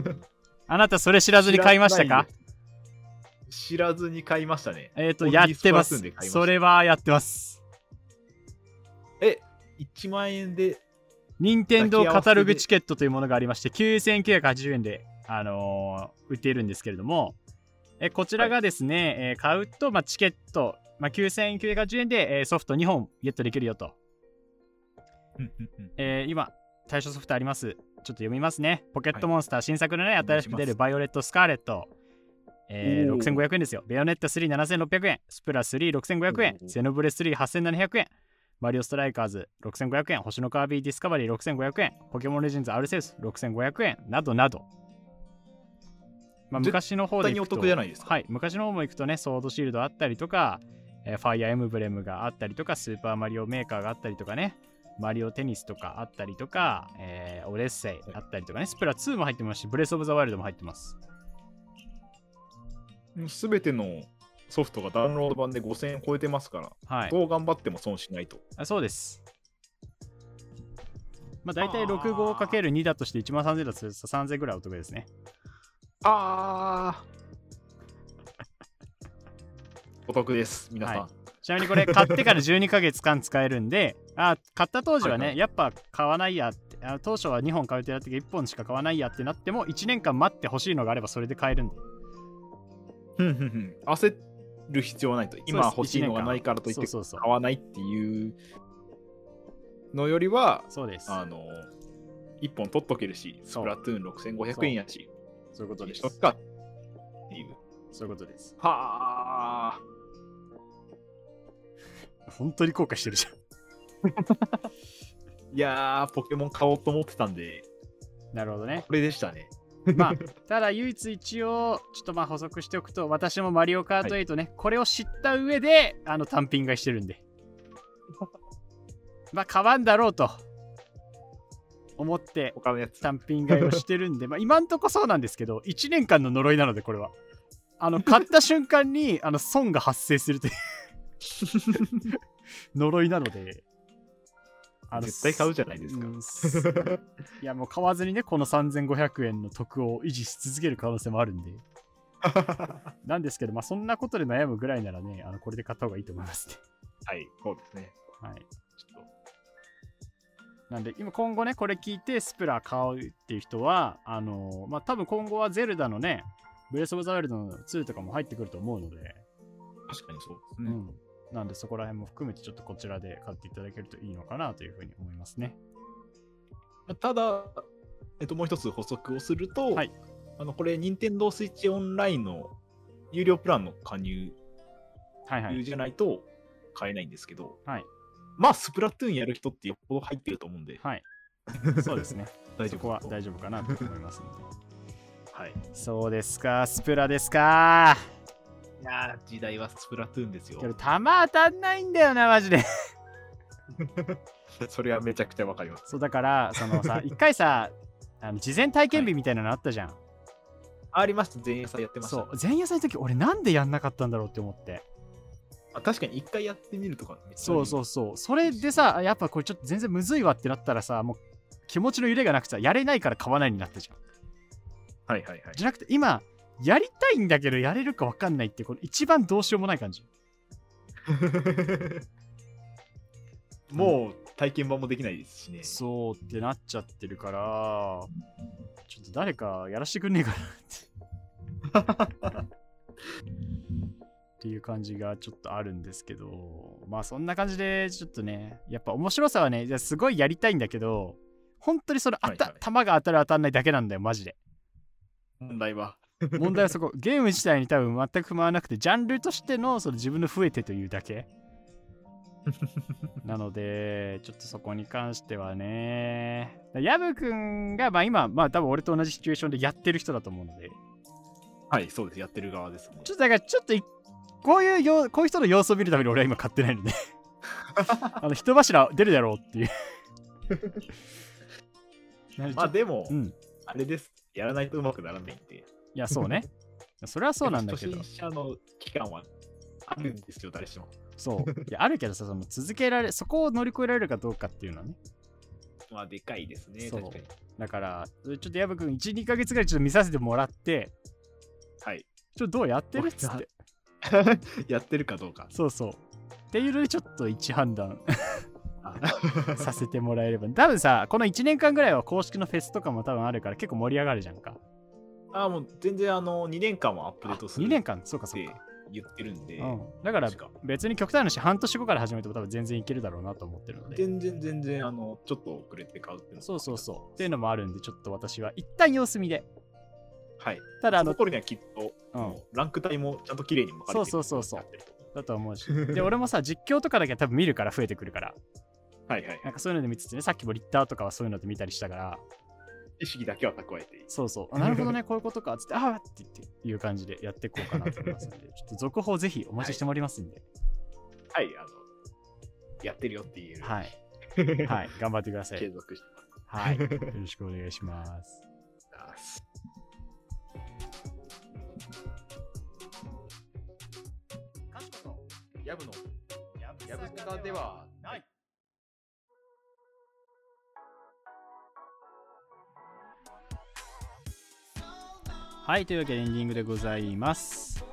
あなたそれ知らずに買いました
知らない
か
です知らずに買いましたね。
えっ、と
オンリ
や
ー
ってま
スプラトゥーンで買
す
いました
それはやってます
え、1万円で、
任天堂カタログチケットというものがありまして9980円で、あのー売っているんですけれどもえこちらがですね、えー買うと、まあ、チケット、まあ、9980円で、えーソフト2本ゲットできるよと
うんうんうん
えー今対象ソフトありますちょっと読みますねポケットモンスター、新作のね新しく出るバイオレットスカーレット、えー
おー
6500円ですよベヨネッタ37600円スプラ36500円
おー
セノブレ38700円マリオストライカーズ6500円星のカービィディスカバリー6500円ポケモンレジェンズアルセウス6500円などなどまあ、
絶
昔の方
絶対
でい
にお
くと
得じゃないですか。
はい、昔の方も行くとね、ソードシールドあったりとか、えーファイアーエムブレムがあったりとか、スーパーマリオメーカーがあったりとかね、マリオテニスとかあったりとか、えーオデッセイあったりとかね、スプラ2も入ってますし、ブレスオブザワイルドも入ってます。
すべてのソフトがダウンロード版で5000円超えてますから、
はい、
どう頑張っても損しないと。
あそうです。まあ、大体
あー
65×2 だとして1万3000だとすると3000ぐらいお得ですね。
あーお得です、皆さん。
はいちなみにこれ買ってから12ヶ月間使えるんで、あ買った当時は
はい
ね、
はい
やっぱ買わないやって、あ当初は2本買うてだったけど1本しか買わないやってなっても、1年間待ってほしいのがあればそれで買えるんで。
ふんふんふん焦る必要はないと。今
そうです
欲しいのがないからといって
そうそうそう
買わないっていうのよりは、
そうです。
あの、1本取っとけるし、ス
そう
プラトゥーン6500円やし、
そういうこ
ど
と
う
で
ですしょ。うかっていう。
そういうことです。
はあ、
本当に後悔してるじゃ
いやー、ポケモン買おうと思ってたんで、
ん。 なるほどね。
これでしたね。
まあ、ただ唯一一応、ちょっとまあ補足しておくと、私もマリオカート8ね、これを知った上で、あの単品買いしてる んで。まあ、買わんだろうと思って
他のやつ。
単品買いをしてるんで、まあ、今んとこそうなんですけど、1年間の呪いなので、これは。あの買った瞬間にあの損が発生するという 呪いなので、あの
絶対買うじゃないですか
うんすいや、もう買わずにね、この3500円の得を維持し続ける可能性もあるんで、
は
なんですけど、まあ、そんなことで悩むぐらいならね、あのこれで買った方がいいと思いますね。
い、そうですね。
はい
ちょっと
なんで今今後ねこれ聞いてスプラ買うっていう人はあのーまあ多分今後はゼルダのねブレス・オブ・ザ・ワイルドの2とかも入ってくると思うので、
確かにそうです
う
ね。
ん、なんでそこら辺も含めてちょっとこちらで買っていただけるといいのかなというふうに思いますね
ただ、えっと、もう一つ補足をすると、
はい
あのこれ、任天堂スイッチオンラインの有料プランの加入
はいはい
じゃないと買えないんですけど、
はい
まあ、スプラトゥーンやる人ってよっぽど入ってると思うんで、
はい そうですね
大
そ
丈
こ
夫
は
だと
大丈夫かなと思いますので
はい、
そうですかスプラですか
いやー時代はスプラトゥーンですよ
け。ど弾当たんないんだよなマジで
それはめちゃくちゃわかります。
そうだからそ のさ一回さあの事前体験日みたいなのあったじゃん、
ありました、前夜祭やってました、
そう前夜祭の時俺なんでやんなかったんだろうって思って
あ確かに一回やってみるとか、。
そうそううそうそれでさあやっぱこれちょっと全然むずいわってなったらさもう気持ちの揺れがなくちゃやれないから買わないになったじゃん
はいはいはい
じ。ゃなくて今やりたいんだけどやれるか分かんないってこの一番どうしようもない感じ
もう体験版もできないですしね。
そうってなっちゃってるからちょっと誰かやらしてくんねえかなってっていう感じがちょっとあるんですけどまあそんな感じでちょっとねやっぱ面白さはねじゃあすごいやりたいんだけど本当にそのあた、
はいはい
球が当たる当たんないだけなんだよマジで
問題は。
問題はそこゲーム自体に多分全く不満はなくてジャンルとしてのその自分の増えてというだけなのでちょっとそこに関してはねヤブくんがまあ今まあ多分俺と同じシチュエーションでやってる人だと思うので
はい、そうです。やってる側ですね。
ちょっとだからちょっといこういうよこういう人の様子を見るために俺は今買ってないのであの人柱出るだろうっていうなので
まあ
ちょっ
でも、
とうんい
あれです。やらないとうまくならないんで。
やそうねそれはそうなんだけど
初心者の期間はあるんですよ、誰しも。
そう。いやあるけどさ、その続けられ、そこを乗り越えられるかどうかっていうのはね。
まあでかいですね、
そう
確かに。
だから、ちょっと矢部君、1、2ヶ月ぐらいちょっと見させてもらって、
はい。
ちょっとどうやってるっつっ
おや
て。
やってるかどうか。
そうそう。っていうので、ちょっと一判断
あ
させてもらえれば。多分さ、この1年間ぐらいは公式のフェスとかも多分あるから、結構盛り上がるじゃんか。
あ、もう全然あの、2年間はアップデートするっ
2年
て
間、そうかそうか。
言ってるんで、
うん、だから
確か
別に極端なし半年後から始めても多分全然いけるだろうなと思ってるので
全然全然、あの、ちょっと遅れて買うっていうのも
そうそうそうっていうのもあるんでちょっと私は一旦様子見で
はい。
ただあ
あの
の
頃にはきっと、
うん
もうランク帯もちゃんと綺麗に分かれてる
そうそうそうそう
よになってると思
だと 思うし。で、俺もさ、実況とかだけは多分見るから増えてくるから、
はいはいは。
ないんかそういうので見つつね、さっきもリッターとかはそういうので見たりしたから、
意識だけは蓄えていい。
そうそう、 あなるほどね、こういうことか、つって、ああって言って、いう感じでやっていこうかなと思います ので、ちょっと続報ぜひお待ちしておりますんで、
はい、あの、やってるよって言える。
はい、
い。
はいい、頑張ってくださ
継
い。
続して
はい、よろしくお願いします。
ます。
かしこ
やぶの、
と、やぶ
やぶさかではない。
はい、というわけでエンディングでございます。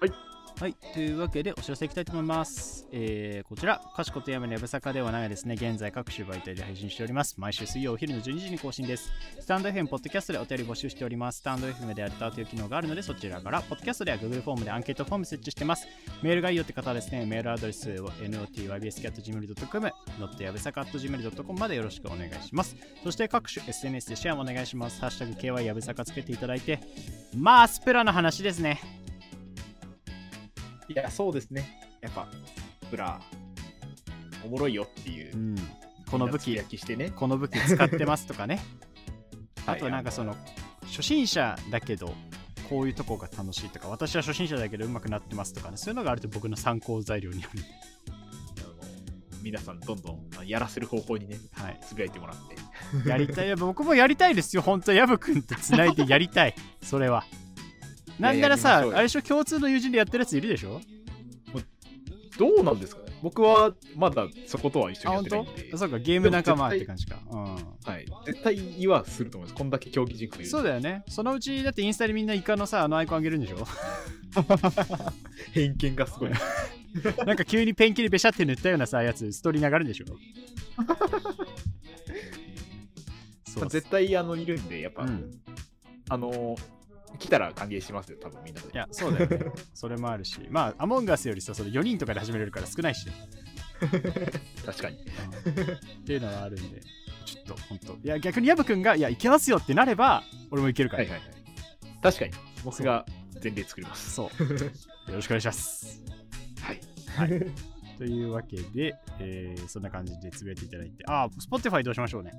はい。
はい、というわけでお知らせいきたいと思います。えーこちら、かしことやめのやぶさかではないですね、現在各種媒体で配信しております。毎週水曜お昼の12時に更新です。スタンド FM、ポッドキャストでお便り募集しております。スタンド FM でやったという機能があるので、そちらから、ポッドキャストでは Google フォームでアンケートフォーム設置してます。メールがいいよって方はですね、メールアドレスを notybsk.gmail.com、not やぶさか .gmail.com までよろしくお願いします。そして各種 SNS でシェアもお願いします。ハッシュタグ KY やぶさかつけていただいて、まあ、スプラの話ですね。
いや、そうですね。やっぱ、プラ、おもろいよっていうう。
ん。この
みん
武
なつぶ
器
や、きしてね。
この武器使ってますとかね。あとはなんかそ
は
の
い、
初心者だけど、こういうとこが楽しいとか、私は初心者だけど上手くなってますとかね、そういうのがあると僕の参考材料になる。
あのあの皆さん、どんどんあやらせる方向にね、
はい。
つぶやいてもらって。
やりたい。いや僕もやりたいですよ。本当ヤブ君と繋いでやりたい。それは。なんなら
いやや
さ、
りましょうよ
あれでしょ、共通の友人でやってるやついるでしょ
どうなんですかね僕は、まだそことは一緒
あ、
にやってな
本
い
当
んで。
そうか、ゲーム仲間って感じか。うん。
はい、絶対言はすると思います。こんだけ競技人口いる。
そうだよね。そのうち、だってインスタでみんなイカのさ、あのアイコンあげるんでし ょ
偏見が すごい。
なんか急にペンキでべしゃって塗ったようなさ、やつ、ストーリー流れるん でしょそ
まあ
う。
絶対あのいるんで、やっぱ、
うん、
あのー来たら歓迎しますよ、多分みんなで。
いや、そうだよね。それもあるし、まあ、アモンガスよりさ、その4人とかで始めれるから少ないしね、
確かに。
っていうのはあるんで、ちょっと、本当いや、逆にヤブ君が、いや、いけますよってなれば、俺もいけるか
は
ら、
いはいはい。確かに、僕が前例作ります。
そう。よろしくお願いします。
はい。
というわけで、えーそんな感じでつぶやいていただいて、あー、Spotify どうしましょうね。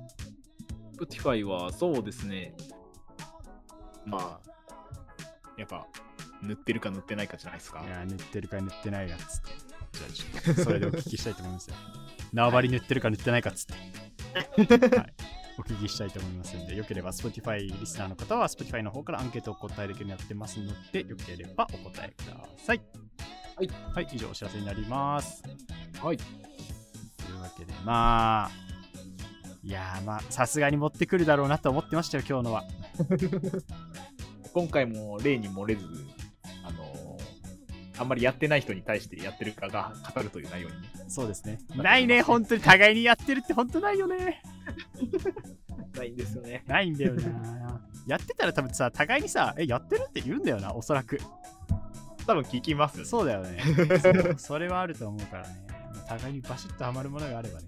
Spotify はそうですね。まあ、やっぱ、塗ってるか塗ってないかじゃないですか
い。やー、塗ってるか塗ってないかっつって。じゃあちょっと、それでお聞きしたいと思います よ。縄張り塗ってるか塗ってないかっつって。はいお聞きしたいと思いますので、よければ Spotify リスナーの方は Spotify の方からアンケートをお答えできるようになってますので、よければお答えください。
はい。
はい、以上お知らせになります。
はい。
というわけで、まあ、いやーまあさすがに持ってくるだろうなと思ってましたよ今日のは
今回も例に漏れず、あのーあんまりやってない人に対してやってるかが語るという内容にね。
そうですねないね本当に互いにやってるって本当ないよね
ないんですよね。
ないんだ よなやってたら多分さ互いにさえやってるって言うんだよなおそらく
多分聞きますよね。
そうだよ ねそうそれはあると思うからね互いにバシッとハマるものがあれ ばね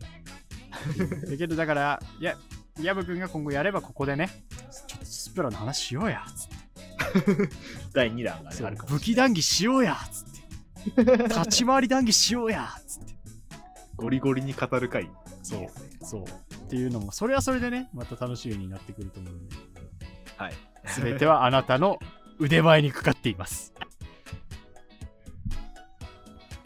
だけどだからいや薮君が今後やればここでねちょっとスプラの話しようやつって
第2弾がね、
そう
あるかも
武
しれ
器
ない。
談義しようやつって立ち回り談義しようやつって
ゴリゴリに語る回。
そう
いいですね
そうっていうのもそれはそれでねまた楽しみになってくると思 うんで
はい。
全てはあなたの腕前にかかっています。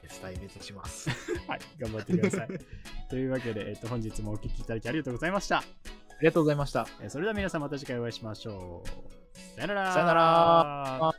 決済目指します。
はい、頑張ってください。 というわけで、えっと、本日もお聞きいただきありがとうございました。
ありがとうございました。
えーそれでは皆さんまた次回お会いしましょう。さよなら
さよなら